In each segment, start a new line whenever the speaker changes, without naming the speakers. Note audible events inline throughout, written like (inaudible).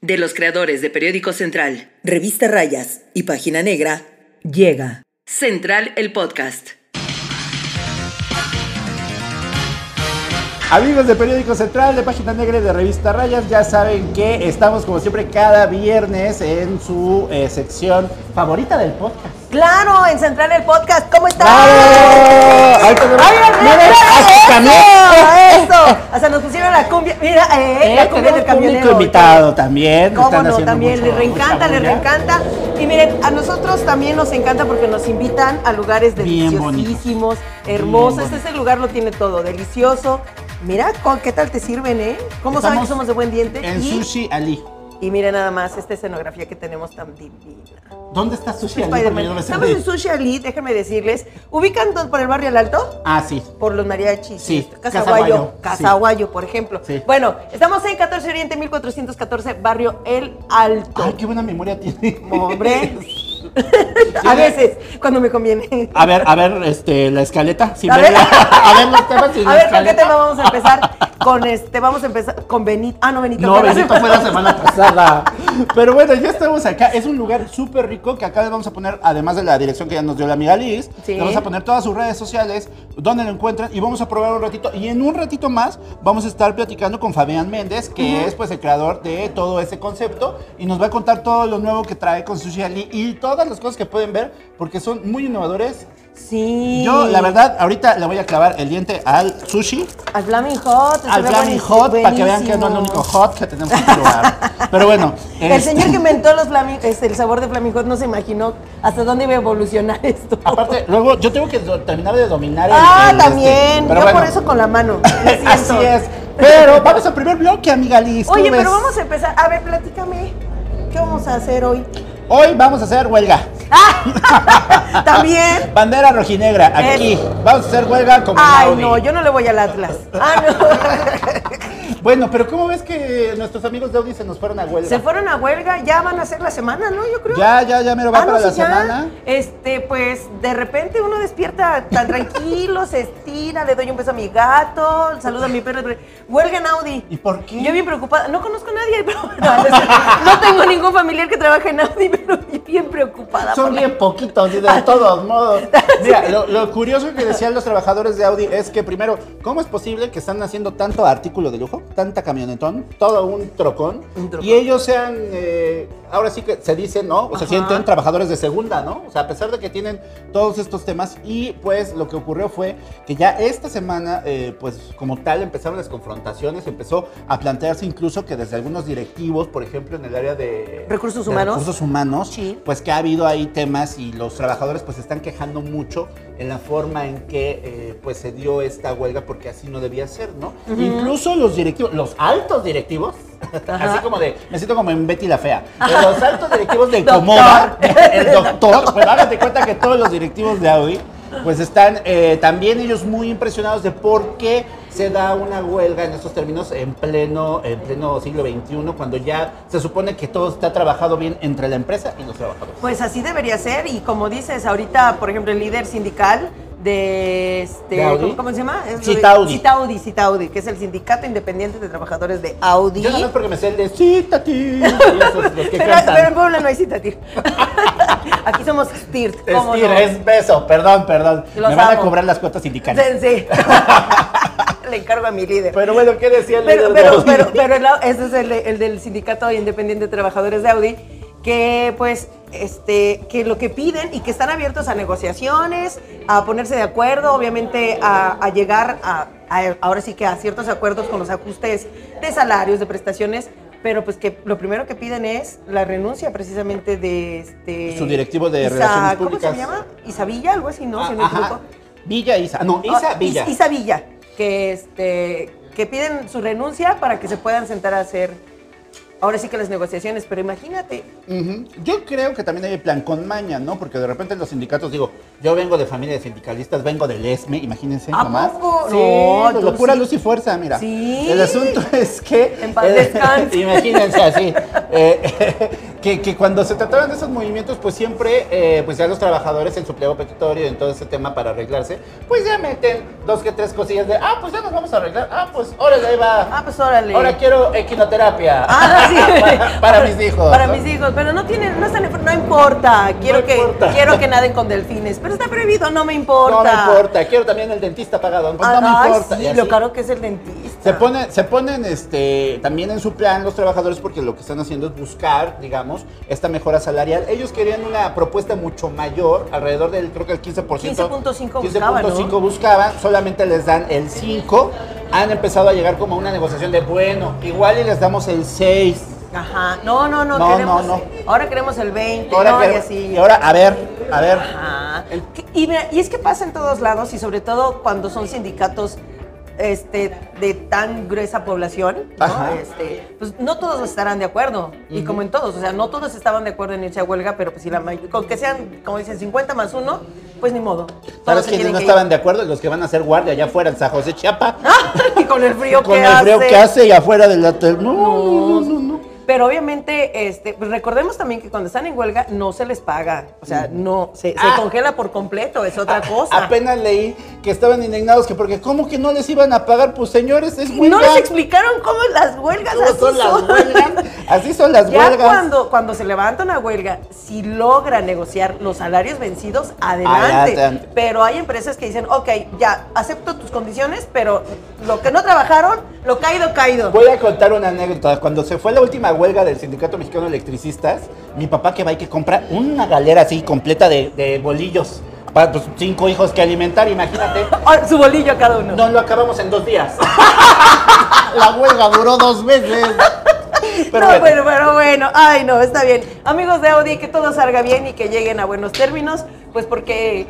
de los creadores de Periódico Central,
Revista Rayas y Página Negra, llega
Central el Podcast.
Amigos de Periódico Central, de Página Negra y de Revista Rayas, ya saben que estamos como siempre cada viernes en su eh, sección favorita del podcast.
Claro, en Central el Podcast.
(laughs)
¿Cómo están?
¡Bravo! Ahí te veo.
¡Ay, mira,
Mira,
mira,
hasta cambió.
eso, eso! Hasta nos pusieron la cumbia. Mira, eh,
Eh,
la cumbia del
tenemos público
camionero.
invitado también.
¿Cómo
están
no?
haciendo
También
mucha-
les reencanta,
mucha
les
bulla.
reencanta. Y miren, a nosotros también nos encanta porque nos invitan a lugares
Bien
deliciosísimos,
Bien
hermosos.
bonito.
Este, este lugar lo tiene todo, delicioso. Mira, con- ¿qué tal te sirven, eh? ¿Cómo saben que
Estamos
somos de buen diente?
En
y,
Sushi Ali.
y mira nada más esta escenografía que tenemos tan divina.
¿Dónde está Sushi Ali? Porque
Spider-Man.
yo no me sé
Estamos
de-
en Sushi Ali, déjenme decirles. Ubican do- por el barrio Al Alto,
Ah, sí.
por los mariachis.
Sí,
esto, Casaguayo.
Casaguayo, sí.
Casaguayo, por ejemplo.
Sí.
Bueno, estamos en 14 Oriente 1414, barrio El Alto.
Ay, qué buena memoria tiene. (laughs)
Hombre. (laughs) A veces, cuando me conviene.
A ver, a ver, este, la escaleta. sin
A ver.
verla. (laughs) a ver los temas sin
A ver, ¿con qué
escaleta.
tema vamos a empezar? Con este, vamos a empezar con Benito. Ah, no, Benito.
No,
fue la
Benito
semana-
fue la
(laughs)
semana pasada. Pero bueno, ya estamos acá. Es un lugar súper rico que acá les vamos a poner, además de la dirección que ya nos dio la amiga Liz,
Sí.
le vamos a poner todas sus redes sociales, donde lo encuentran y vamos a probar un ratito. Y en un ratito más vamos a estar platicando con Fabián Méndez, que es pues el creador de todo este concepto y nos va a contar todo lo nuevo que trae con Sushi Ali y todas las cosas que pueden ver porque son muy innovadores.
Sí.
Yo, la verdad, ahorita le voy a clavar el diente al sushi
Al Flaming
al
Hot. estuvo
Flaming
buenísimo.
Hot para que vean que no es el único hot que tenemos en el lugar. Pero bueno,
(laughs) El
este,
señor que inventó los flamin- este, el sabor de flamingos no se imaginó hasta dónde iba a evolucionar (laughs)
(laughs)
esto.
aparte, luego yo tengo que do- terminar de dominar el.
ah,
el, este,
también.
pero
Yo
bueno, (laughs)
por eso con la mano. lo siento.
Así es. Pero vamos al primer bloque, amiga Liz. ¿tú
Oye,
ves?
pero vamos a empezar. A ver, platícame. ¿Qué vamos a hacer hoy?
(laughs) Hoy vamos a hacer huelga.
También.
(laughs) Bandera rojinegra, aquí. Vamos a hacer huelga como
Ay,
Mauri.
no, yo no le voy
(laughs)
al Atlas. Ah, no. (laughs)
Bueno, pero ¿cómo ves que nuestros amigos de Audi se nos fueron a huelga?
Se fueron a huelga, ya van a ser la semana, ¿no? Yo creo.
Ya, ya, ya, mero va
Ah, no,
para la
sí, ya.
semana.
Este, pues de repente uno despierta tan tranquilo, (laughs) se estira, le doy un beso a mi gato, saludo a mi perro. Huelga en Audi.
¿Y por qué?
Yo bien preocupada, no conozco a nadie, (laughs) pero no, no es cierto. No tengo ningún familiar que trabaje en Audi, (laughs) pero yo bien preocupada. por
Son
la-
bien poquitos, y de todos modos. Mira, lo, lo curioso que decían los trabajadores de Audi es que, primero, ¿cómo es posible que están haciendo tanto artículo de lujo, tanta camionetón, todo un trocón,
Un trocón.
y ellos sean, eh, ahora sí que se dicen, ¿no? O se sienten trabajadores de segunda, ¿no? O sea, a pesar de que tienen todos estos temas, y pues lo que ocurrió fue que ya esta semana, eh, pues como tal, empezaron las confrontaciones, empezó a plantearse incluso que desde algunos directivos, por ejemplo, en el área de
Recursos
de
humanos.
recursos humanos,
Sí.
pues que ha habido ahí temas y los trabajadores pues se están quejando mucho en la forma en que eh, pues se dio esta huelga porque así no debía ser, ¿no? Incluso los directivos, los altos directivos, así como de, me siento como en Betty la Fea, de los altos directivos de
Doctor.
Comoda, el doctor, pues hágate cuenta que todos los directivos de Audi pues están eh, también ellos muy impresionados de por qué se da una huelga en estos términos en pleno, en pleno siglo XXI, cuando ya se supone que todo está trabajado bien entre la empresa y los trabajadores.
Pues así debería ser y como dices, ahorita, por ejemplo, el líder sindical de este
¿De Audi?
¿cómo, cómo se llama? Es lo de-
Citaudi.
Citaudi, Citaudi, que es el Sindicato Independiente de Trabajadores de Audi.
Yo no más porque me sé el de Cítati, y esos, los
(laughs)
que
Pero,
cantan.
pero en Puebla no hay
(laughs)
cita, tío. Aquí somos TIRT.
Es
¿cómo
tira,
no?
es beso, perdón, perdón.
Los
me van a
amo.
cobrar las cuotas sindicales.
Sí,
(laughs)
sí. Le encargo a mi líder.
Pero bueno, ¿qué decía el líder
Pero,
de
pero,
Audi?
pero,
(laughs)
pero el, ese es el, de- el del Sindicato Independiente de Trabajadores de Audi, que pues, este, que lo que piden y que están abiertos a negociaciones, a ponerse de acuerdo, obviamente a, a llegar a, a- ahora sí que a ciertos acuerdos con los ajustes de salarios, de prestaciones, pero pues que lo primero que piden es la renuncia precisamente de este...
Su directivo de
Isa-
Relaciones
¿Cómo
Públicas.
se llama? Isabilla, algo así, ¿no?
Ah,
Si no me
ajá.
equivoco.
Villa Isa, no, Isa
Ah,
Villa.
Is- Isa Villa, que este que piden su renuncia para que se puedan sentar a hacer ahora sí que las negociaciones, pero imagínate.
Ujú. Yo creo que también hay plan con maña, ¿no? Porque de repente los sindicatos, digo, yo vengo de familia de sindicalistas, vengo del ESME, imagínense
¿A
nomás.
poco?
Sí,
No,
lo-
tú
lo pura
sí.
luz y fuerza, mira.
Sí.
El asunto (laughs) es que.
En paz
eh, (laughs)
descanse.
imagínense así. eh, (laughs) que, que cuando se trataban de esos movimientos, pues siempre, eh, pues ya los trabajadores en su pliego petitorio, en todo ese tema para arreglarse, pues ya meten dos que tres cosillas de, ah, pues ya nos vamos a arreglar, ah, pues órale, ahí va.
Ah, pues órale.
Ahora quiero equinoterapia.
Ah, sí.
(laughs) para, para mis hijos.
Para
¿no?
mis hijos, pero no tienen, no están enfer- no importa. Quiero que
importa.
quiero que naden con delfines, pero está prohibido, no me importa.
No me importa, quiero también el dentista pagado. Pues no
Ah,
me
ay,
importa.
sí,
y así.
lo caro que es el dentista.
Se ponen, se ponen este, también en su plan los trabajadores porque lo que están haciendo es buscar, digamos, esta mejora salarial. Ellos querían una propuesta mucho mayor, alrededor del, creo que el 15%.
15.5 buscaban, ¿no?
15.5 buscaban, solamente les dan el 5. Han empezado a llegar como a una negociación de, bueno, igual y les damos el 6.
Ajá. No, no, no,
No,
queremos.
no, no.
Ahora queremos el 20,
Ahora
no,
que-
y así.
y ahora, a ver, a ver.
Ajá.
El-
Ah, Que- Y, mira, y es que pasa en todos lados y sobre todo cuando son sindicatos este, de tan gruesa población, ¿no?
Ajá.
Este, pues no todos estarán de acuerdo. Y como en todos, o sea, no todos estaban de acuerdo en irse a huelga, pero pues si la may- con que sean, como dicen, 50 más uno, pues ni modo. Todos
¿Sabes quiénes
se tienen
no
que
estaban
ir.
de acuerdo? Los que van a hacer guardia allá afuera en San José, Chiapa.
(laughs) y con el
(laughs)
frío
Con
que
el frío que hace y afuera del hotel. no, no,
No,
no. no.
Pero obviamente, este, pues recordemos también que cuando están en huelga no se les paga. O sea, no, Ah, se, se
Ah.
congela por completo, es otra cosa.
Apenas leí que estaban indignados que porque cómo que no les iban a pagar, pues señores, es huelga.
No les explicaron cómo las huelgas
¿Cómo
así
son las
son.
huelgas? Así son las
Ya
huelgas.
cuando, cuando se levantan a huelga, si logra negociar los salarios vencidos, adelante.
Adelante.
Pero hay empresas que dicen, ok, ya, acepto tus condiciones, pero lo que no trabajaron, lo caído, caído.
Voy a contar una anécdota. Cuando se fue la última huelga del Sindicato Mexicano de Electricistas, mi papá que va y que compra una galera así completa de, de bolillos para tus cinco hijos que alimentar, imagínate.
Ah, su bolillo a cada uno.
No lo acabamos en dos días. la huelga duró dos meses.
no, pero, pero bueno, ay no, está bien. Amigos de Audi, que todo salga bien y que lleguen a buenos términos, pues porque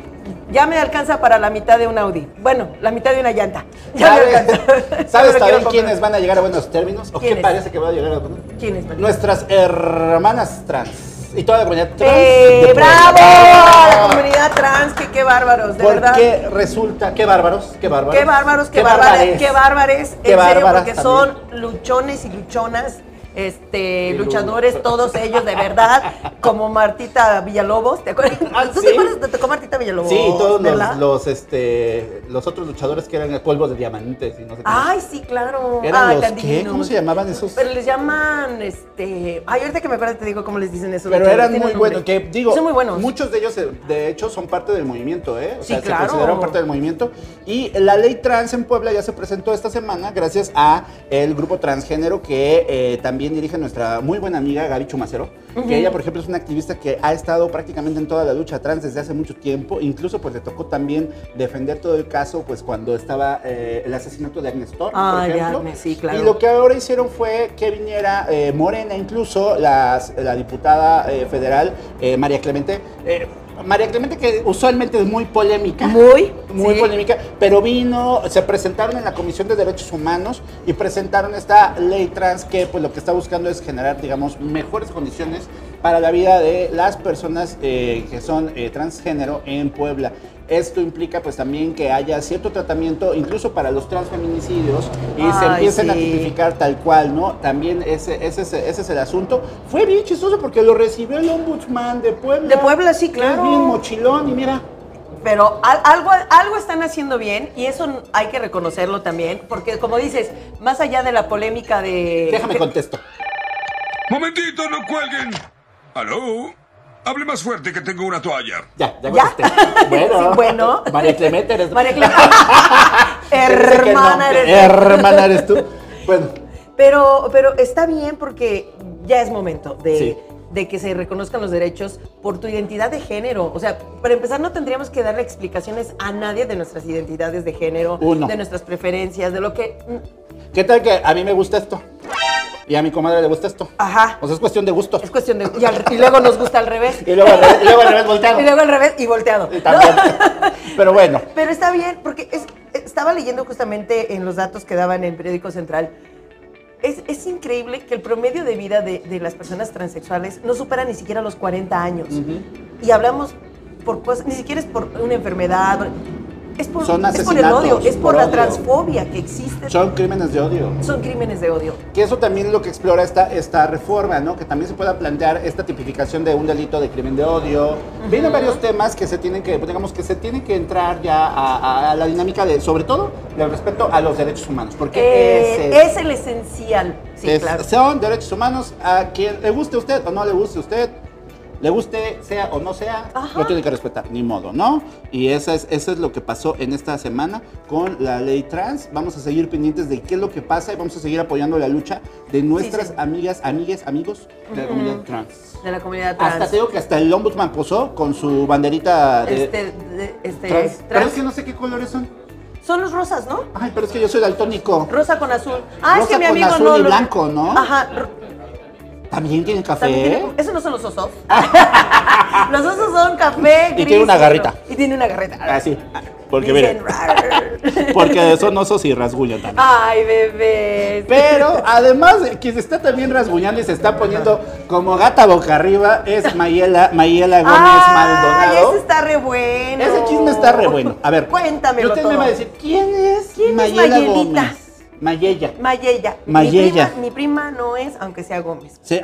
ya me alcanza para la mitad de un Audi. Bueno, la mitad de una llanta. Ya me
(laughs) ¿Sabes,
alcanza. (laughs)
¿sabes
Pero quiero
también
comprar-
quiénes van a llegar a buenos términos? ¿O qué
¿Quiénes?
parece que va a llegar a buenos términos?
¿Quiénes, María?
Nuestras hermanas trans y toda la comunidad trans.
¡Eh,
de Puebla.
¡Bravo! A la comunidad trans, que qué bárbaros, de verdad.
Porque resulta, qué bárbaros, qué bárbaros.
Qué bárbaros, qué bárbaros, qué bárbares.
Qué
en serio,
bárbaras
porque
también.
son luchones y luchonas. Este,
Y lu-
luchadores, todos ellos de verdad, como Martita Villalobos, ¿te acuerdas?
Ah,
¿Tú
sí.
te acuerdas de tocó Martita Villalobos?
Sí, y todos
verdad?
los, los, este, los otros luchadores que eran el polvo de diamantes y no sé qué.
Ay, sí, claro.
Eran
Ay,
los
tan
que,
divinos.
¿cómo se llamaban esos?
Pero les llaman, este. Ay, ahorita que me acuerdo te digo cómo les dicen esos.
Pero
luchadores,
eran
tienen
muy
nombre.
buenos, que digo,
Son muy buenos.
muchos de ellos eh, de hecho son parte del movimiento, ¿eh? O
Sí,
sea,
claro.
se consideraron parte del movimiento. Y la ley trans en Puebla ya se presentó esta semana gracias a el grupo transgénero que eh, también dirige nuestra muy buena amiga Gaby Chumacero, que ella, por ejemplo, es una activista que ha estado prácticamente en toda la lucha trans desde hace mucho tiempo, incluso pues le tocó también defender todo el caso pues cuando estaba eh, el asesinato de Agnes Torres,
Ah,
por
de
ejemplo.
Agnes, sí, claro.
Y lo que ahora hicieron fue que viniera eh, Morena, incluso las- la diputada eh, federal eh, María Clemente. eh, María Clemente que usualmente es muy polémica.
Muy,
Muy
sí.
polémica, pero vino, se presentaron en la Comisión de Derechos Humanos y presentaron esta ley trans que pues lo que está buscando es generar, digamos, mejores condiciones para la vida de las personas eh, que son eh, transgénero en Puebla. Esto implica pues también que haya cierto tratamiento incluso para los transfeminicidios y se
Ay,
empiecen a
sí.
tipificar tal cual, ¿no? También ese, ese, es- ese es el asunto. Fue bien chistoso porque lo recibió el ombudsman de Puebla.
De Puebla, sí,
Que
claro.
Es bien mochilón y mira.
Pero al- algo, algo están haciendo bien y eso hay que reconocerlo también, porque como dices, más allá de la polémica de...
Déjame
de-
contesto.
Momentito, no cuelguen. ¿Aló? Hable más fuerte que tengo una toalla.
Ya, ya,
¿Ya?
contesté. Bueno,
(laughs) Sí, bueno.
María Clemente eres
(laughs) María Clara.
Te (laughs) dice que no,
Hermana
que
eres.
Hermana eres tú. Bueno,
Pero, pero está bien porque ya es momento de,
Sí.
de que se reconozcan los derechos por tu identidad de género. O sea, para empezar no tendríamos que darle explicaciones a nadie de nuestras identidades de género,
Uno.
de nuestras preferencias, de lo que... mm,
¿qué tal que a mí me gusta esto? Y a mi comadre le gusta esto.
Ajá.
O sea, es cuestión de gusto.
Ah. Es cuestión de... Y, al- y luego nos gusta al revés.
(laughs) Y luego al revés, y luego al revés volteado.
(laughs) Y luego al revés y volteado.
Y
(laughs)
también. Pero bueno.
Pero está bien, porque es- estaba leyendo justamente en los datos que daban en Periódico Central. Es, es increíble que el promedio de vida de, de las personas transexuales no supera ni siquiera los 40 años. Y hablamos por cosas, ni siquiera es por una enfermedad. es por,
Son
es por el
asesinatos,
odio, es por,
por
la
odio.
transfobia que existe.
Son crímenes de odio.
Son crímenes de odio.
Que eso también es lo que explora esta, esta reforma, ¿no? Que también se pueda plantear esta tipificación de un delito de crimen de odio. Vienen varios temas que se tienen que, pues, digamos, que se tienen que entrar ya a, a- a la dinámica de, sobre todo, del respeto a los derechos humanos. Porque
Eh,
ese es-
es el esencial. Sí,
es-
claro.
son derechos humanos a quien le guste a usted o no le guste a usted. Le guste, sea o no sea,
Ajá.
lo tiene que respetar, ni modo, ¿no? Y eso es, eso es lo que pasó en esta semana con la ley trans. Vamos a seguir pendientes de qué es lo que pasa y vamos a seguir apoyando la lucha de nuestras
sí.
amigas, amigues, amigos de la comunidad trans.
De la comunidad trans.
Hasta te digo que hasta el ombudsman posó con su banderita de
este, de- este,
trans. Pero
trans.
es que no sé qué colores son.
Son los rosas, ¿no?
Ay, pero es que yo soy daltónico.
Rosa con azul. Ah, es
Rosa
que mi
con
amigo
azul
no.
y
lo-
blanco, ¿no?
Ajá. ro-
También tienen café.
También tiene- Esos no son los osos. (laughs) los osos son café,
Y
gris.
tiene una garrita.
Y tiene una garrita.
Así. Porque
Dicen,
miren. (laughs)
"Rar".
Porque de son osos y rasguñan también.
Ay, bebés.
Pero además, de que se está también rasguñando y se está poniendo como gata boca arriba es Mayela, Mayela Gómez
Ay,
Maldonado.
ese está re bueno.
Ese chisme está re bueno. A ver,
Cuéntame.
Usted me va a decir, ¿quién es
¿Quién es
Mayela
Mayelita?
Gómez? Mayella.
Mayella.
Mayella.
Mi prima, mi prima no es, aunque sea Gómez.
Sí,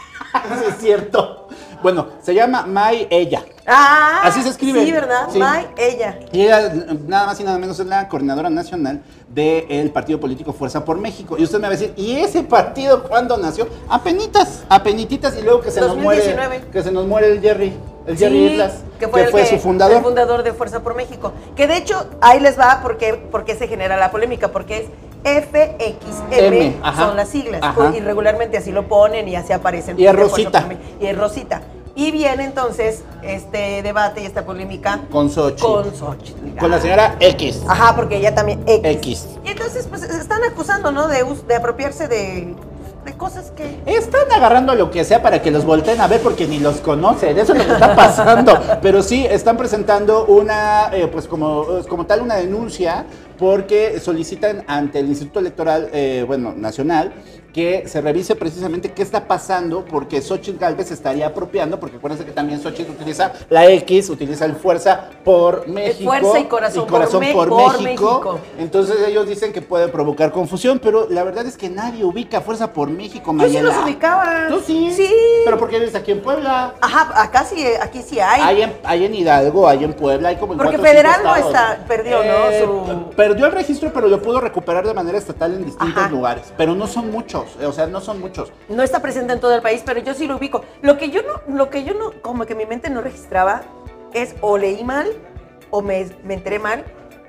(laughs) sí, es cierto. Bueno, se llama Mayella.
Ah.
Así se escribe.
Sí, ¿verdad?
Sí.
Mayella.
Y ella, nada más y nada menos, es la coordinadora nacional del partido político Fuerza por México. Y usted me va a decir, ¿y ese partido cuándo nació? Apenitas, apenititas, y luego que se nos
2019.
muere. Que se nos muere el Jerry, el
Sí,
Jerry Islas,
que fue, el que-
su fundador.
el fundador de Fuerza por México. Que de hecho, ahí les va porque, porque se genera la polémica, porque es FXM,
M, ajá.
son las siglas.
Ajá.
Y regularmente así lo ponen y así aparecen.
Y es
de Fuerza
Rosita.
por México. Y es Rosita. Y viene entonces este debate y esta polémica
Con Sochi.
con Xochitl. Ah.
Con la señora X.
Ajá, porque ella también X.
X.
Y entonces, pues, se están acusando, ¿no? De, us- de apropiarse de, de cosas que...
Están agarrando lo que sea para que los volteen a ver porque ni los conocen. Eso es lo que está pasando.
(laughs)
Pero sí, están presentando una, eh, pues como, como tal, una denuncia porque solicitan ante el Instituto Electoral, eh, bueno, nacional, que se revise precisamente qué está pasando porque Xochitl Galvez se estaría apropiando, porque acuérdense que también Xochitl utiliza la X, utiliza el Fuerza por México.
Fuerza y Corazón por Me-
por,
por México.
México. Entonces ellos dicen que puede provocar confusión, pero la verdad es que nadie ubica Fuerza por México,
Yo sí
Mayela.
los ubicaba.
¿Tú sí?
Sí.
¿Pero porque vives aquí en Puebla?
Ajá, acá sí, aquí sí hay.
Hay en, hay en Hidalgo, hay en Puebla, hay como en
Porque
cuatro o cinco
Federal no
estados.
está- perdió, ¿no? Su-
p- Perdió el registro, pero lo pudo recuperar de manera estatal en distintos
Ajá.
lugares. Pero no son muchos, eh, o sea, no son muchos.
No está presente en todo el país, pero yo sí lo ubico. Lo que yo no, lo que yo no, como que mi mente no registraba, es o leí mal o me, me enteré mal,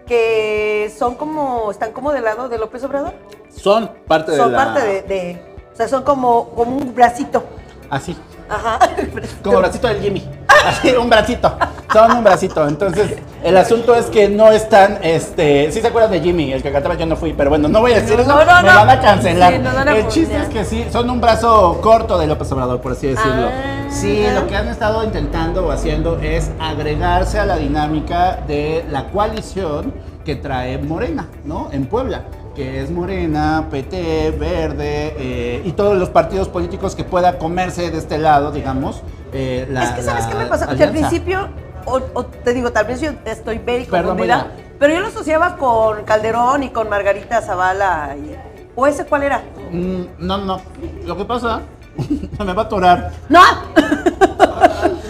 que son como, están como del lado de López Obrador.
Son parte de
Son
la...
parte de, de- o sea, son como, como un bracito.
Así,
Ajá. (laughs)
como bracito del Jimmy. Así, un bracito. Son un bracito. Entonces, el asunto es que no están, este... ¿Sí se acuerdan de Jimmy? El que cantaba yo no fui, pero bueno, no voy a decir eso.
no, no,
me
no.
van a cancelar.
Sí, nos van a
el chiste
funar.
es que sí, son un brazo corto de López Obrador, por así decirlo.
Ah.
sí, lo que han estado intentando o haciendo es agregarse a la dinámica de la coalición que trae Morena, ¿no? En Puebla, que es Morena, PT, Verde eh, y todos los partidos políticos que pueda comerse de este lado, digamos. eh, la-
es que sabes
la
qué me pasa, que al
alianza.
principio, o, o te digo, tal vez yo estoy very
Perdón,
confundida,
Mayra.
pero yo lo asociaba con Calderón y con Margarita Zavala. y- ¿O ese cuál era?
Mm, no, no. Lo que pasa, (laughs) se me va a atorar.
¡No! (laughs)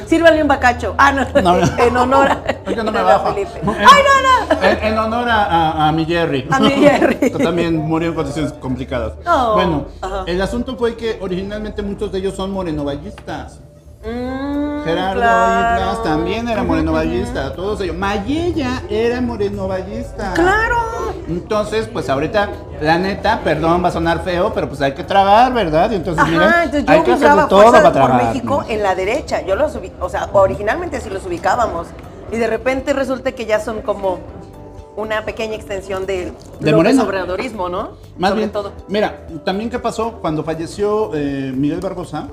Sírvale un bacacho. Ah, no,
No, no.
en honor a,
Es
(laughs)
que no me
a
baja.
Felipe.
En-
¡Ay, no, no!
En, en honor a, a- a mi Jerry.
A mi Jerry.
(laughs) Que también murió en condiciones complicadas.
Oh,
bueno,
ajá.
el asunto fue que originalmente muchos de ellos son morenovallistas.
Mm,
Gerardo
claro.
Islas también era morenovallista. Todos ellos. Mayella era morenovallista.
¡Claro!
Entonces, pues ahorita, la neta, perdón, va a sonar feo, pero pues hay que tragar, ¿verdad? Y entonces,
Ajá,
mira,
entonces yo
hay que hacer
ubicaba
todo
Fuerza
para
por
tragar.
México en la derecha. Yo los ubi- o sea, originalmente sí los ubicábamos. Y de repente resulta que ya son como una pequeña extensión del
De
López
Morena.
Obradorismo, ¿no?
Más
Sobre
bien,
todo.
mira, también qué pasó cuando falleció eh, Miguel Barbosa,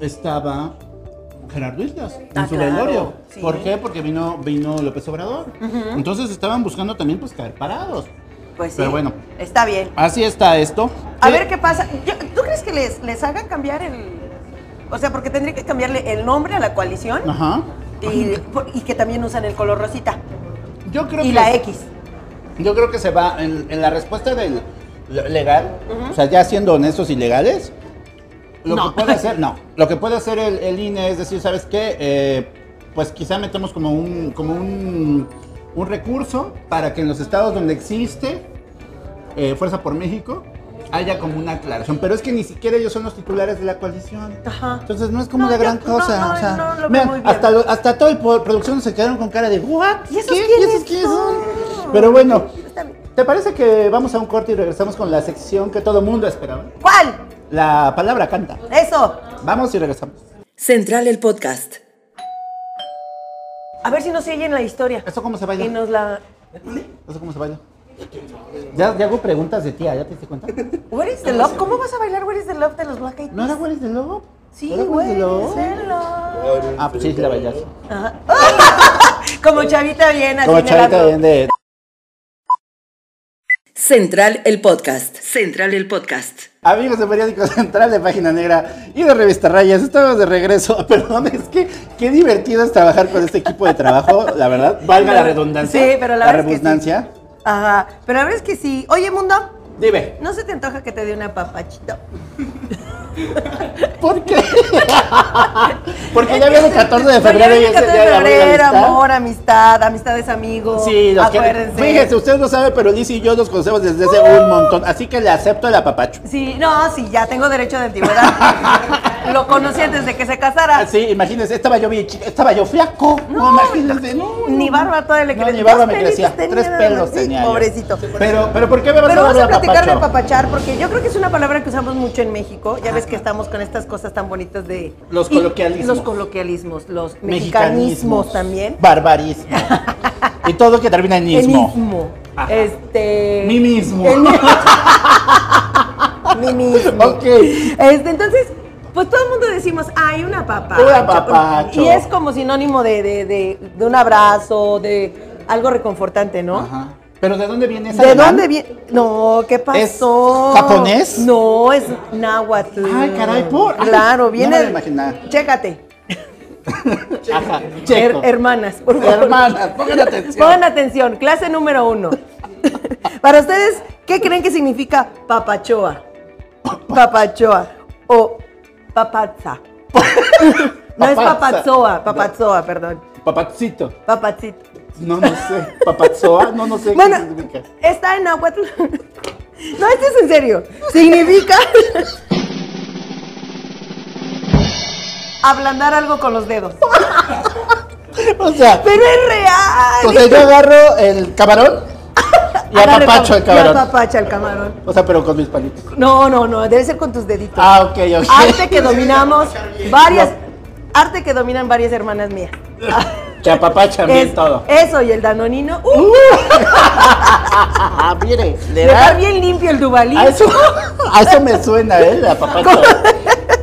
estaba Gerardo Islas en
Ah,
su
claro,
velorio.
sí.
¿Por qué? Porque vino, vino López Obrador. Entonces estaban buscando también pues caer parados.
Pues sí.
Pero bueno.
Está bien.
Así está esto. Eh,
A
Sí,
ver qué pasa. Yo- ¿Tú crees que les, les hagan cambiar el. O sea, porque tendría que cambiarle el nombre a la coalición
Ajá.
y, por- y que también usan el color rosita.
Yo Yo creo
y
que
la
es-
X.
Yo creo que se va en, en la respuesta del le- legal, o sea, ya siendo honestos y legales, lo
No.
que puede
(laughs)
hacer, no, lo que puede hacer el, el INE es decir, ¿sabes qué? Eh, pues quizá metemos como un, como un, un recurso para que en los estados donde existe eh, Fuerza por México haya como una aclaración, pero es que ni siquiera ellos son los titulares de la coalición.
Ajá.
Entonces no es como
No,
la
yo-
gran
no,
cosa.
no,
o sea,
no, lo veo
vean,
muy bien.
hasta, lo- hasta todo el po- producción se quedaron con cara de ¿What?
¿Y esos
¿Qué?
quiénes
son?
son?
Pero bueno,
Está bien.
¿Te parece que vamos a un corte y regresamos con la sección que todo mundo esperaba?
¿Cuál?
La palabra canta.
Eso.
Vamos y regresamos.
Central el podcast.
A ver si no se oye en la historia.
¿Eso cómo se
Y
baila?
nos la.
¿Eso cómo se baila? Ya, ya hago preguntas de tía, ¿ya te diste cuenta?
Where is the love? ¿Cómo vas a bailar Where is the love de los Black Eyed Peas?
¿No era Where is the Love?
Sí,
¿No era Where is
güey.
the Love? Ah, pues sí, sí la bailaste.
Como chavita bien, así
Como
en el antro.
chavita bien de...
Central el podcast.
Central el podcast.
Amigos de Periódico Central de Página Negra y de Revista Rayas, estamos de regreso. (laughs) Perdón, es que qué divertido es trabajar con este equipo de trabajo, la verdad. Valga la redundancia.
Sí, pero la,
La
verdad es que sí.
redundancia.
Ajá, pero la verdad es que sí. Oye, mundo,
Dime.
¿no se te antoja que te dé una papachito?
¿Por qué? (laughs) Porque Pues ya viene el 14 de
Pero ya
febrero y
viene
es el
14
día de
de
la
febrero,
amistad.
amor, amistad, amistades, amigos.
Sí, los que-
acuérdense. Uh.
Fíjense, ustedes no saben, pero Liz y yo nos conocemos desde hace un montón. Así que le acepto el apapacho.
Sí, no, sí, ya tengo derecho de
(laughs)
antigüedad. Lo conocí antes de que se casara.
Así, imagínense, Ah, estaba yo bien chica, estaba yo flaco. No, imagínense, no.
Ni barba toda le
No,
cre-
ni barba
dos
me
pelitos
crecía.
tenía
Tres
nada
pelos
más. Sí,
tenía. yo.
pobrecito.
Pero, pero ¿por qué me vas
Pero
a
vamos
hablar
a platicar de
apapacho?
papachar porque yo creo que es una palabra que usamos mucho en México. Ya ves que estamos con estas cosas tan bonitas de
Los
y-
coloquialismos.
los coloquialismos, los mexicanismos también.
Barbarismo. y todo que termina en ismo.
Enismo.
Ajá.
Este.
Mi mismo.
El
(laughs)
mi- mi mismo.
Ok.
Este, entonces, pues todo el mundo decimos, hay una papacha.
Un apapacho.
Y es como sinónimo de, de- de- de un abrazo, de algo reconfortante, ¿no?
Ajá. Pero ¿de dónde viene esa
¿De dónde viene? No, ¿qué pasó?
japonés?
No, es náhuatl.
Ay, caray, por- ay, (laughs)
Claro,
no
viene.
me lo imaginaba.
Chécate.
Ajá,
her-
checo.
hermanas, por favor.
Hermanas, pongan atención.
Pongan atención, clase número
(laughs)
uno. Para ustedes, ¿qué creen que significa papachoa? Papachoa o
(laughs)
papaza. No es
Papaza.
papazoa, papazoa, perdón.
Papacito.
Papacito.
No, no sé. Papazoa, no, no sé
Bueno,
qué significa.
está en náhuatl. (laughs) No, esto es en serio. Significa (laughs) ablandar algo con los dedos.
O sea,
Pero es real.
o sea, yo agarro el camarón y apapacho el
Y
camarón.
apapacha el camarón.
O sea, pero con mis palitos.
No, no, no, debe ser con tus deditos.
Ah, ok, ok.
Arte que dominamos varias. Arte que dominan varias hermanas mías.
Que apapachan bien
Es-
todo.
Eso y el danonino. ¡Uh!
Ah, mire, le
dejar
da.
bien limpio el dubalín.
A Ah, eso, (laughs) a eso me suena, ¿eh? La apapacho.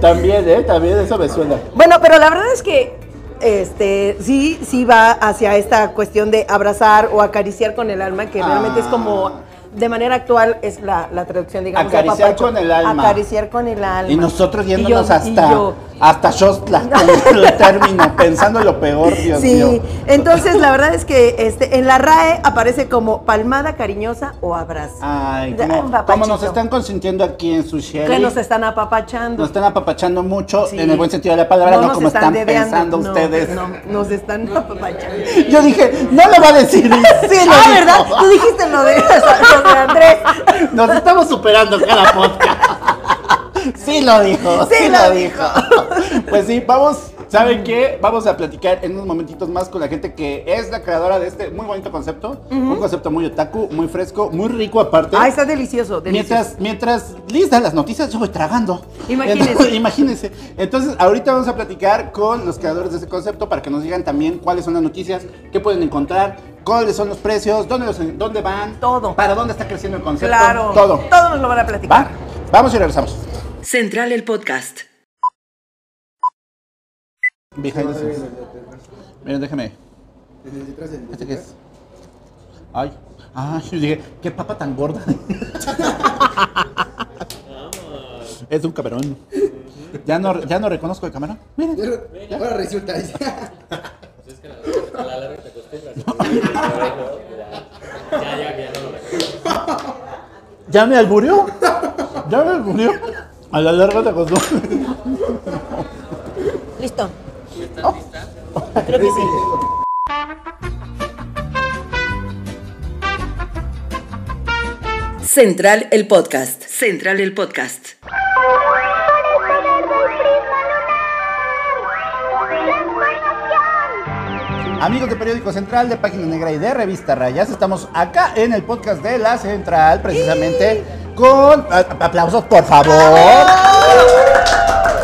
También, ¿eh? También eso me suena.
Bueno, pero la verdad es que este sí, sí va hacia esta cuestión de abrazar o acariciar con el alma, que realmente
Ah.
es como de manera actual es la, la traducción, digamos. de
Acariciar
apapacho.
con el alma.
Acariciar con el alma.
Y nosotros
Y yo-
yéndonos
y
hasta,
yo,
hasta
(laughs)
Shostla, con el término, pensando lo peor, Dios
sí,
mío.
entonces la verdad es que este, en la RAE aparece como palmada cariñosa o abrazo.
Ay,
Da- un
como,
papachito.
como nos están consintiendo aquí en su sherry.
Que nos están apapachando.
Nos están apapachando mucho
Sí.
en el buen sentido de la palabra, no,
nos
como están,
dedeando.
pensando
No,
ustedes.
No,
(laughs)
nos están apapachando.
Yo dije, no lo va a
(laughs)
decir. y Sí, lo
ah,
dijo.
¿verdad? Tú dijiste lo de, (laughs) lo de Andrés.
Nos estamos superando cada podcast. Sí lo dijo, sí,
Sí
lo,
lo
dijo. Pues sí, vamos, ¿saben qué? Vamos a platicar en unos momentitos más con la gente que es la creadora de este muy bonito concepto. Un concepto muy otaku, muy fresco, muy rico aparte.
Ah, está delicioso, delicioso.
Mientras, mientras Liz da las noticias, yo voy tragando.
Imagínese.
Entonces, (laughs) imagínense. Entonces, ahorita vamos a platicar con los creadores de este concepto para que nos digan también cuáles son las noticias, qué pueden encontrar, cuáles son los precios, dónde, los, dónde van.
Todo.
Para dónde está creciendo el concepto.
claro.
Todo.
Todo nos lo van a platicar.
¿Va? Vamos y regresamos.
Central el podcast.
Behind the scenes. Miren, déjeme. ¿Este qué es? Ay. Ah, yo dije, qué papa tan gorda. (laughs) es un camarón. Ya no, ya no reconozco el (laughs) camarón. Miren. (laughs)
Ahora resulta, dice.
¿Ya me alburió? ¿Ya me alburió? A la larga te costó.
Listo.
Central el podcast.
Central el podcast.
Amigos de Periódico Central, de Página Negra y de Revista Rayas, estamos acá en el podcast de La Central, precisamente con... a- a- Aplausos, por favor.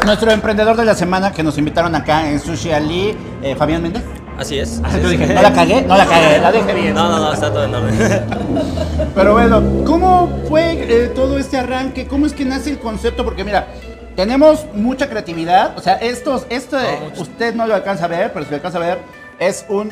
Nuestro emprendedor de la semana que nos invitaron acá en Sushi Ali, eh, Fabián Méndez.
Así es.
Ah,
así
yo
es.
dije, no la cagué, no la cagué, la dejé bien.
No, no, no, está todo
(laughs)
en orden. (laughs)
Pero bueno, ¿cómo fue eh, todo este arranque? ¿Cómo es que nace el concepto? Porque mira, tenemos mucha creatividad. O sea, estos, este, usted no lo alcanza a ver, pero si lo alcanza a ver, es un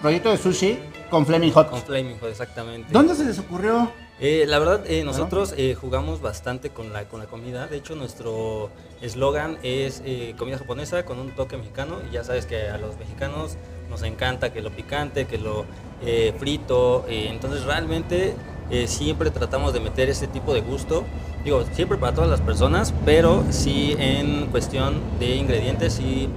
proyecto de sushi con Flaming Hot.
Con Flaming Hot, exactamente.
¿Dónde ¿Ah, se les ocurrió?
Eh, la verdad, eh, nosotros eh, jugamos bastante con la, con la comida. De hecho, nuestro eslogan es eh, comida japonesa con un toque mexicano. Y ya sabes que a los mexicanos nos encanta que lo picante, que lo eh, frito. eh, entonces, realmente eh, siempre tratamos de meter ese tipo de gusto. Digo, siempre para todas las personas, pero sí en cuestión de ingredientes y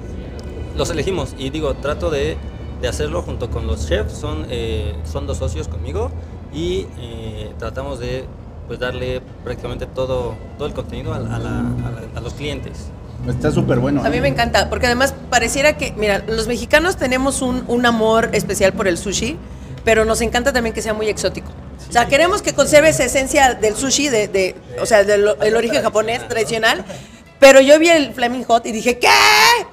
los elegimos y digo, trato de, de hacerlo junto con los chefs, son, eh, son dos socios conmigo y eh, tratamos de pues darle prácticamente todo, todo el contenido a, la- a la- a la- a los clientes.
Está súper bueno.
A mí
¿eh?
me encanta, porque además pareciera que, mira, los mexicanos tenemos un, un amor especial por el sushi, pero nos encanta también que sea muy exótico. O sea, queremos que conserve esa esencia del sushi, de, de- o sea, del el origen japonés tradicional. Pero yo vi el Flaming Hot y dije, ¿qué?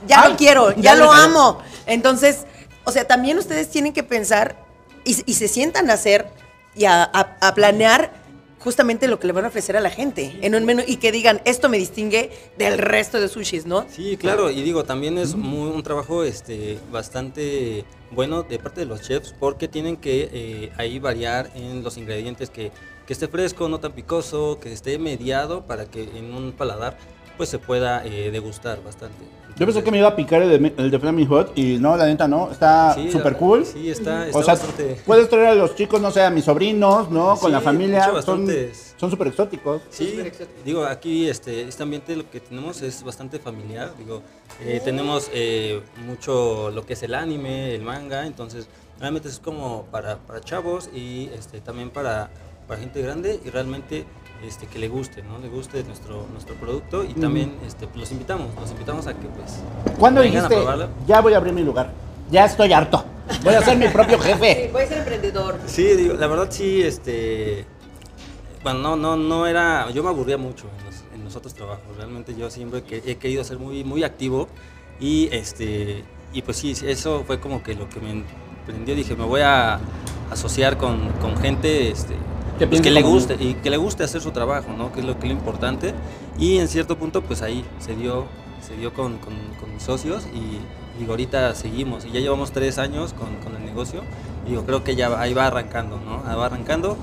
Ya
Ay,
lo quiero,
Ah, ya
ya
lo
lo
quiero.
amo. Entonces, o sea, también ustedes tienen que pensar y, y se sientan a hacer y a, a- a planear justamente lo que le van a ofrecer a la gente en un menú y que digan, esto me distingue del resto de sushis, ¿no?
Sí, claro, y digo, también es muy- un trabajo este, bastante bueno de parte de los chefs porque tienen que eh, ahí variar en los ingredientes que, que esté fresco, no tan picoso, que esté mediado para que en un paladar pues se pueda eh, degustar bastante.
Yo pensé que me iba a picar el de, el de Flaming Hot y no, la neta no. Está
Sí, la
súper
verdad,
Ah, cool.
Sí, está, está
O sea,
bastante.
puedes traer a los chicos, no sé, a mis sobrinos, ¿no? Con
Sí,
la familia.
mucho,
son
bastantes.
son súper exóticos.
Sí, digo, aquí este, este ambiente lo que tenemos es bastante familiar. Digo, eh, tenemos eh, mucho lo que es el anime, el manga, entonces realmente es como para, para chavos y este, también para, para gente grande y realmente este, que le guste, ¿no? Le guste nuestro, nuestro producto y también este, los invitamos, los invitamos a que pues...
¿Cuándo
vengan a
dijiste,
probarlo.
ya voy a abrir mi lugar? Ya estoy harto. Voy a ser mi propio
(laughs)
jefe.
Puede ser emprendedor.
Sí, digo, la verdad sí, este. Bueno, no, no, no era. Yo me aburría mucho en los, en los otros trabajos. Realmente yo siempre que, he querido ser muy, muy activo. Y este. Y pues sí, eso fue como que lo que me emprendió. Dije, me voy a asociar con, con gente este,
Que
pues,
piense
que le
como
guste y que le guste hacer su trabajo, ¿no? Que es lo que es lo importante. Y en cierto punto, pues ahí se dio, se dio con, con, con mis socios y digo, ahorita seguimos. Y ya llevamos tres años con, con el negocio. Y digo, creo que ya va- ahí va arrancando, ¿no? Ahí va arrancando.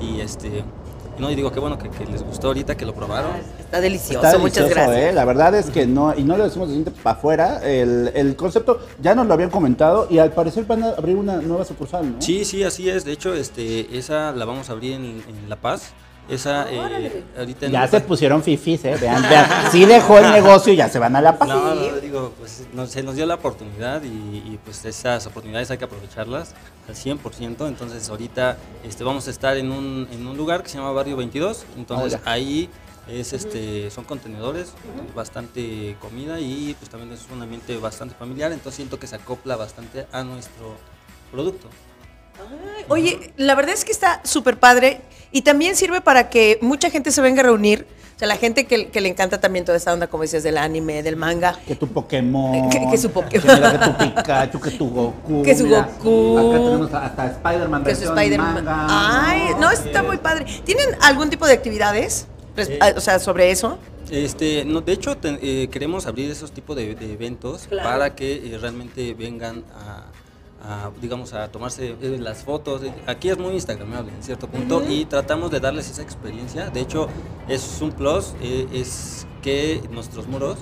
Y este, no, y digo, qué bueno que, que les gustó ahorita, que lo probaron.
Está delicioso,
Está
muchas
delicioso,
gracias.
¿eh? La verdad es que no, y no lo decimos de gente para afuera. El, el concepto ya nos lo habían comentado y al parecer van a abrir una nueva sucursal, ¿no?
Sí, sí, así es. De hecho, este, esa la vamos a abrir en, en La Paz. Esa, eh, ahorita en
Ya
La
se
Paz.
pusieron fifis, ¿eh? Vean, vean. Sí dejó el negocio y ya se van a la paz.
No, no, digo, pues nos- se nos dio la oportunidad y, y, pues esas oportunidades hay que aprovecharlas al 100%. Entonces ahorita este, vamos a estar en un, en un lugar que se llama Barrio 22. Entonces
Ah, ya.
ahí es, este, son contenedores, bastante comida y pues también es un ambiente bastante familiar. Entonces siento que se acopla bastante a nuestro producto.
Oye, la verdad es que está súper padre y también sirve para que mucha gente se venga a reunir. O sea, la gente que, que le encanta también toda esta onda, como dices, del anime, del manga.
Que tu Pokémon.
Que- que su Pokémon.
Que, mira, que tu Pikachu, que tu Goku.
Que su
mira.
Goku.
Acá tenemos hasta Spider-Man.
Que es
versión
Spider-Man.
manga, Eh,
Ay, no, está muy padre. ¿Tienen algún tipo de actividades? Res-
Eh.
ah, O sea, sobre eso.
Este, no, de hecho, ten- eh, queremos abrir esos tipos de, de eventos para que eh, realmente vengan a, a, digamos, a tomarse eh, las fotos. Aquí es muy instagramable en cierto punto y tratamos de darles esa experiencia. De hecho, es un plus, eh, es que nuestros muros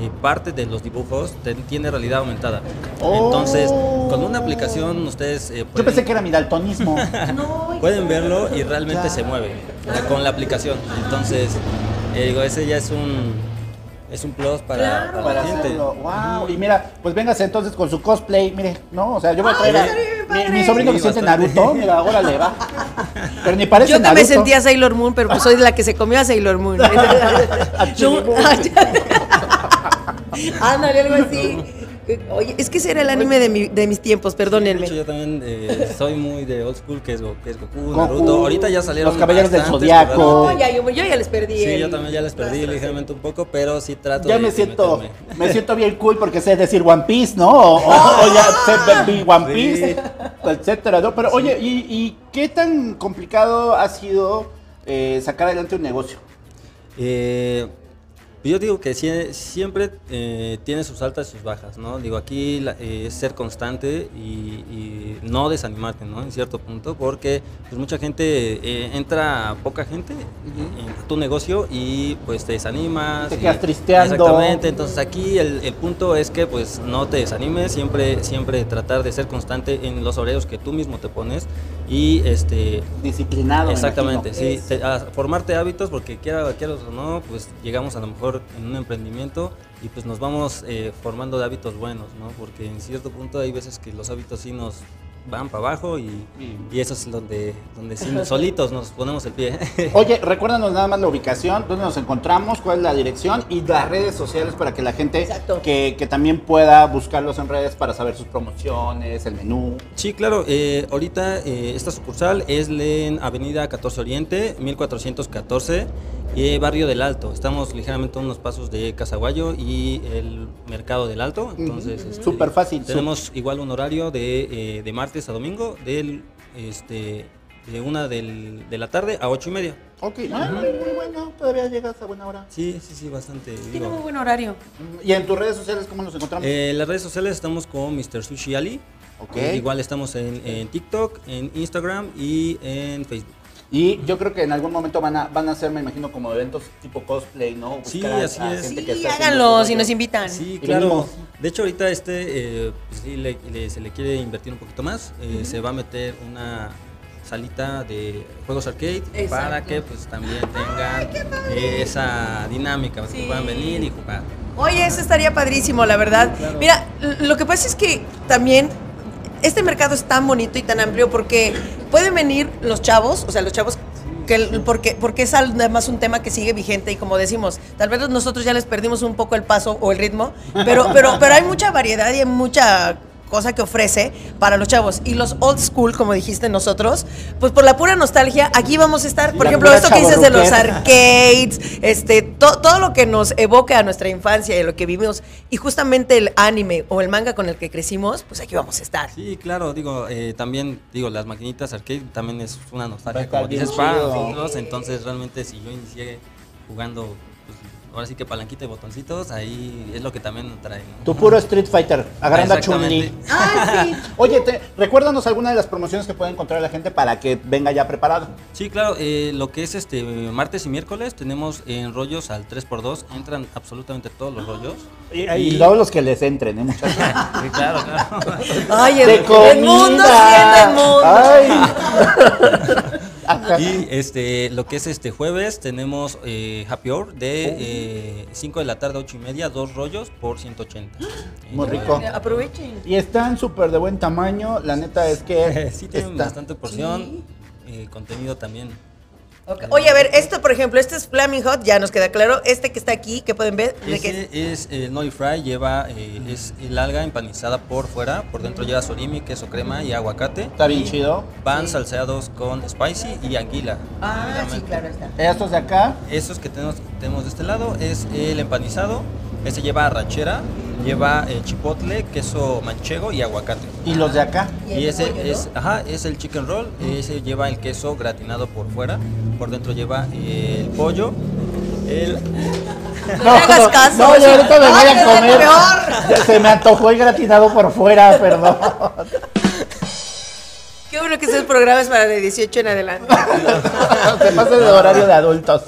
eh, parte de los dibujos te- tiene realidad aumentada.
Oh.
Entonces, con una aplicación ustedes eh,
Yo
pueden,
pensé que era mi
(laughs)
daltonismo.
pueden verlo y realmente
Ya.
se mueve eh, con la aplicación. Entonces, eh, digo, ese ya es un, es un plus para,
Claro.
para
para
la gente.
hacerlo. Wow. Y mira, pues véngase entonces con su cosplay, mire, ¿no? O sea, yo voy a traer
está bien,
a mi,
padre.
mi sobrino que
Sí,
siente
bastante.
Naruto, mira, ahora le va. Pero ni parece
Yo que me
Naruto.
sentía Sailor Moon, pero pues soy la que se comió a
(laughs)
Sailor Moon.
A Chilibú.
Ándale, algo así. Oye, es que ese era el anime de, mi- de mis tiempos,
De hecho,
perdónenme.
yo también eh, soy muy de old school, que es, Go- que es Goku,
Goku,
Naruto. Ahorita ya salieron
los Caballeros del
bastantes,
Zodiaco.
pero
No,
realmente-
ya, yo, yo ya les perdí.
Sí,
el-
yo también ya les perdí ligeramente un poco, pero sí trato
Ya
de-
me
de
siento,
meterme.
me siento bien cool porque sé decir One Piece, ¿no? O, o- o ya sé ver One
Sí.
Piece, etcétera, ¿no? Pero oye, ¿y, y qué tan complicado ha sido eh, sacar adelante un negocio?
Eh, yo digo que sie- siempre eh, tiene sus altas y sus bajas, ¿no? Digo, aquí la- eh, es ser constante y, y no desanimarte, ¿no? En cierto punto, porque pues, mucha gente, eh, entra poca gente en tu negocio y pues te desanimas.
Te
y-
quedas tristeando.
Exactamente, entonces aquí el, el punto es que pues no te desanimes, siempre, siempre tratar de ser constante en los horarios que tú mismo te pones y este
Disciplinado. me
Exactamente,
imagino.
sí. te- a formarte hábitos porque quiera, quieras o no, pues llegamos a lo mejor en un emprendimiento y pues nos vamos eh, formando de hábitos buenos, ¿no? Porque en cierto punto hay veces que los hábitos sí nos van para abajo y, y eso es donde, donde sí, solitos nos ponemos el pie. ¿eh?
Oye, recuérdanos nada más la ubicación, dónde nos encontramos, cuál es la dirección y las redes sociales para que la gente
Exacto.
que, que también pueda buscarlos en redes para saber sus promociones, el menú.
Sí, claro. eh, ahorita eh, esta sucursal es en Avenida 14 Oriente, 1414, eh, Barrio del Alto. Estamos ligeramente a unos pasos de Casaguayo y el Mercado del Alto. Entonces, este,
Súper fácil,
Tenemos igual un horario de, eh, de martes a domingo, del, este, de una del- de la tarde a ocho y media.
Ok, ah, muy, muy bueno, todavía llegas a buena hora.
Sí, sí, sí, bastante.
Tiene
digo.
muy buen horario.
¿Y en tus redes sociales cómo nos encontramos?
Eh, en las redes sociales estamos con Mr. Sushi Ali.
Ok.
Eh, igual estamos en, en TikTok, en Instagram y en Facebook.
Y yo creo que en algún momento van a, van a hacer, me imagino, como eventos tipo cosplay, ¿no?
Sí,
Buscar a-
así
a
es.
gente que
Sí,
esté haciendo su
háganlo si
rollo.
nos invitan.
Sí,
Y
claro.
venimos.
De hecho, ahorita este eh, pues, sí le- le- se le quiere invertir un poquito más. Eh, Se va a meter una salita de juegos arcade para
Exacto.
que pues también tengan eh, esa dinámica, para que
Sí.
puedan venir y jugar.
Oye, eso estaría padrísimo, la verdad.
claro.
Mira, l- lo que pasa es que también este mercado es tan bonito y tan amplio porque pueden venir los chavos, o sea, los chavos que el- porque porque es además un tema que sigue vigente y como decimos, tal vez nosotros ya les perdimos un poco el paso o el ritmo, pero pero pero hay mucha variedad y hay mucha cosa que ofrece para los chavos y los old school como dijiste nosotros pues por la pura nostalgia aquí vamos a estar por
la
ejemplo
pura
esto que dices de los
chavorruquera.
arcades arcades, este, to- todo lo que nos evoca a nuestra infancia y a lo que vivimos. Y justamente el anime o el manga con el que crecimos, pues aquí vamos a estar.
Sí, claro, digo, eh, también, digo, las maquinitas arcade también es una
Va a
nostalgia,
estar
como dices,
bien
para
chido.
nosotros, entonces realmente si yo inicié jugando, pues, ahora sí que palanquita y botoncitos, ahí es lo que también nos trae. ¿no?
Tu puro Street Fighter, agarrando a
Exactamente.
Chun-Li. Oye, te- recuérdanos alguna de las promociones que puede encontrar la gente para que venga ya preparado.
Sí, claro, eh, lo que es este martes y miércoles tenemos en rollos al 3x2, entran absolutamente todos los rollos.
Y, luego los que les entren,
(laughs)
¿eh, muchachos?
Sí, claro, claro.
Ay,
¡De
el, el mundo siendo
comida!
el mundo.
¡Ay! Ajá.
Y este, lo que es este jueves tenemos eh, Happy Hour de 5 de la tarde a 8 y media, dos rollos por (gasps) 180.
Muy
Eh,
rico.
Aprovechen.
Y están súper de buen tamaño, la neta es que...
(laughs) Sí, tienen
está-
bastante porción, eh, contenido también.
Ok. Oye, a ver, esto, por ejemplo, este es Flaming Hot, ya nos queda claro. Este que está aquí, que pueden ver, de que-
Ese es el Nori Fry, lleva, eh, es el alga empanizada por fuera, por dentro lleva surimi, queso crema y aguacate.
Está bien
Y
chido.
Van salseados con spicy y anguila.
Ah, sí,
Obviamente.
claro, está.
Estos de acá,
Esos que tenemos, tenemos de este lado es el empanizado, este lleva arrachera, lleva eh, chipotle, queso manchego y aguacate.
y los de acá.
Y el
Y ese
pollo,
es, ajá, es el chicken roll, ese lleva el queso gratinado por fuera, por dentro lleva eh, el pollo, el
No le hagas caso.
(laughs) No, yo ahorita me voy
Ay,
a
es lo
comer.
peor.
Ya se me antojó el gratinado por
(laughs)
fuera, perdón.
Qué este bueno que estos programas para de 18 en adelante.
se pasa de horario de adultos.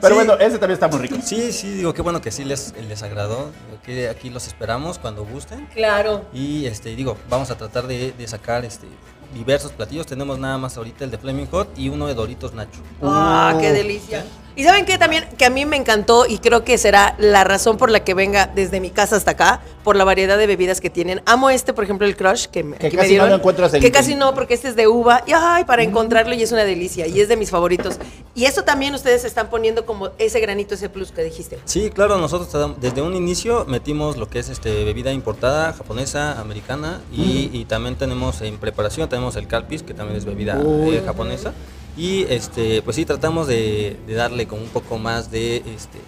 Pero bueno, ese también está muy rico.
Sí, sí, digo, qué bueno que sí les, les agradó. Que aquí los esperamos cuando gusten.
Claro.
Y este, digo, vamos a tratar de, de sacar este, diversos platillos. Tenemos nada más ahorita el de Flaming Hot y uno de Doritos Nacho.
¿eh?
¡Ah,
Uh.
qué delicia! Y saben qué también, que a mí me encantó y creo que será la razón por la que venga desde mi casa hasta acá, por la variedad de bebidas que tienen. Amo este, por ejemplo, el Crush, que, me-
Que
aquí
casi
me dieron,
no lo encuentras en-
Que casi no, porque este es de uva. Y ay, para encontrarlo y es una delicia y es de mis favoritos. Y eso también ustedes están poniendo como ese granito, ese plus que dijiste.
Sí, claro, nosotros tra- desde un inicio metimos lo que es este bebida importada, japonesa, americana y, y también tenemos en preparación, tenemos el calpis, que también es bebida eh, japonesa. Y este, pues sí, tratamos de, de darle como un poco más de este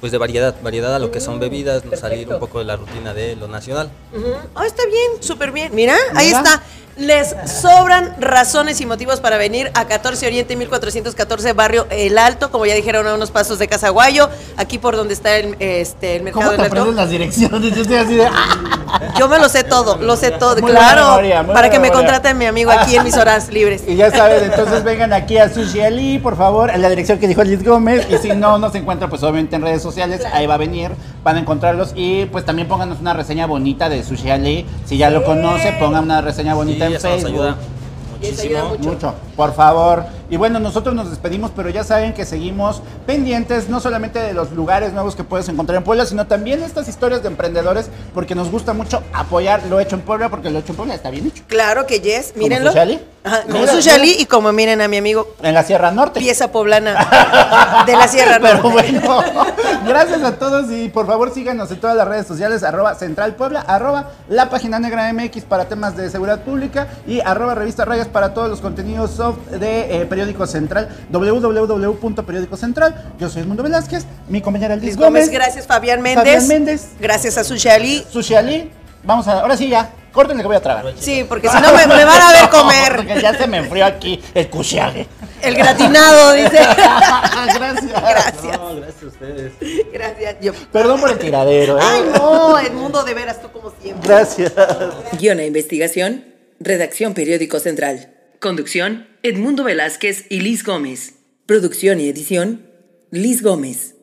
pues de variedad, variedad a lo que
Mm,
son bebidas, no salir un poco de la rutina de lo nacional.
Ah, está bien, súper bien. Mira, ahí está. Les sobran razones y motivos para venir a 14 Oriente 1414 Barrio El Alto, como ya dijeron, a unos pasos de Casaguayo, aquí por donde está el, este, el mercado
¿Cómo te
del Alto.
aprendes las direcciones? Yo estoy así de. ¡ah!
Yo me
(laughs)
lo sé todo, lo sé todo,
Muy
claro.
buena memoria, muy
para
buena
que me
memoria.
contraten mi amigo aquí
(laughs)
en mis horas libres.
Y ya saben, entonces vengan aquí a Sushi Ali, por favor, en la dirección que dijo Liz Gómez. Y si no nos encuentra, pues obviamente en redes sociales, ahí va a venir, van a encontrarlos. Y pues también pónganos una reseña bonita de Sushi Ali. Si ya lo conoce, pongan una reseña bonita
Sí,
en
eso nos
Facebook.
ayuda
Y eso ayuda
muchísimo.
mucho.
Mucho, por favor. Y bueno, nosotros nos despedimos, pero ya saben que seguimos pendientes no solamente de los lugares nuevos que puedes encontrar en Puebla, sino también estas historias de emprendedores, porque nos gusta mucho apoyar lo hecho en Puebla, porque lo hecho en Puebla está bien hecho.
Claro que yes,
¿Como
mírenlo.
Sushali?
Ajá, como
Mira,
Sushali y como miren a mi amigo
En la Sierra Norte.
pieza poblana
(laughs)
de (laughs) la Sierra Norte.
Pero bueno, (laughs) gracias a todos y por favor síganos en todas las redes sociales, arroba Central Puebla, arroba la página negra MX para temas de seguridad pública y arroba revista rayas para todos los contenidos soft de eh, Periódico Central, www.periódico central. Yo soy Edmundo Velázquez, mi compañera Liz,
Luis
Gómez,
Gómez, gracias Fabián Méndez.
Fabián Méndez.
Gracias a Sushali.
Sushi Ali. Vamos a, ahora sí ya, córtenle que voy a tragar.
Sí, porque si no me, me van a ver comer. (laughs)
Porque ya se me enfrió aquí el cuchiale.
El gratinado, dice.
(laughs) gracias.
Gracias.
No, gracias a ustedes.
(laughs) Gracias. Yo-
Perdón por el tiradero. ¿eh?
Ay, no, Edmundo, de veras, tú como siempre.
Gracias.
Guión e investigación. Redacción Periódico Central.
Conducción, Edmundo Velázquez y Liz Gómez.
Producción y edición. Liz Gómez.